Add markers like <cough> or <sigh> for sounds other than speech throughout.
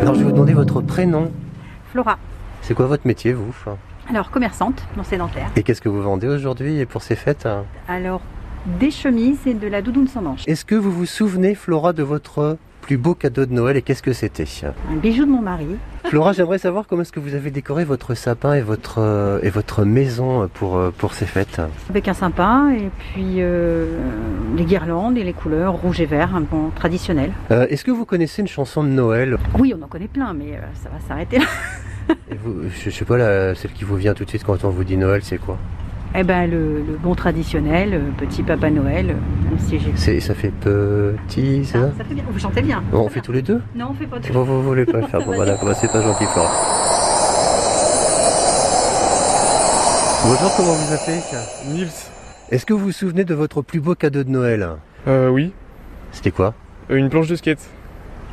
Alors je vais vous demander votre prénom. Flora, C'est quoi votre métier, vous alors commerçante, non sédentaire. Et qu'est-ce que vous vendez aujourd'hui et pour ces fêtes hein Alors, des chemises et de la doudoune sans manche. Est-ce que vous vous souvenez, Flora, de votre plus beau cadeau de Noël et qu'est-ce que c'était Un bijou de mon mari. Flora, j'aimerais savoir comment est-ce que vous avez décoré votre sapin et votre, euh, et votre maison euh, pour, euh, pour ces fêtes. Avec un sympa et puis euh, les guirlandes et les couleurs rouge et vert, un bon traditionnel. Euh, est-ce que vous connaissez une chanson de Noël Oui, on en connaît plein, mais euh, ça va s'arrêter là. Et vous- Je sais pas, la- celle qui vous vient tout de suite quand on vous dit Noël, c'est quoi Eh ben, le, le bon traditionnel, euh, petit Papa Noël, euh, même si j'ai. C'est, Ça fait petit, c'est ça Ah, ça fait bien. Vous chantez bien. Bon, On fait tous les deux Non, on fait pas de. Vous, vous voulez pas le faire, bon voilà, bah, c'est pas gentil Flora. Bonjour, comment vous appelez Nils Est-ce que vous vous souvenez de votre plus beau cadeau de Noël Euh, oui. C'était quoi Euh, une planche de skate.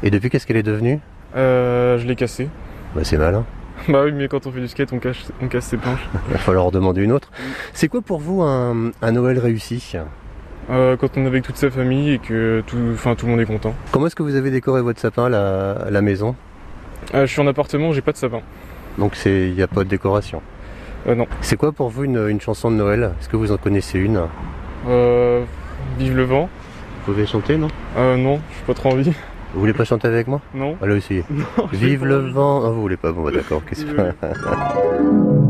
Et depuis, qu'est-ce qu'elle est devenue Euh, je l'ai cassée. <laughs> Bah c'est malin. Bah oui, mais quand on fait du skate, on cache- on casse ses planches. Il va falloir en demander une autre. C'est quoi pour vous un, un Noël réussi Euh, quand on est avec toute sa famille et que tout, enfin, tout le monde est content. Comment est-ce que vous avez décoré votre sapin à la, à la maison Euh, je suis en appartement, j'ai pas de sapin. Donc il n'y a pas de décoration. Euh, non. C'est quoi pour vous une, une chanson de Noël Est-ce que vous en connaissez une Vous Euh, vive le vent. pouvez chanter, non Euh, non, je suis pas trop envie. Vous voulez pas chanter avec moi <laughs> Non. Allez, essayez. j'ai Vive pas le envie. vent Ah, Vous voulez pas Bon, bah, d'accord. qu'est-ce que- Désolé.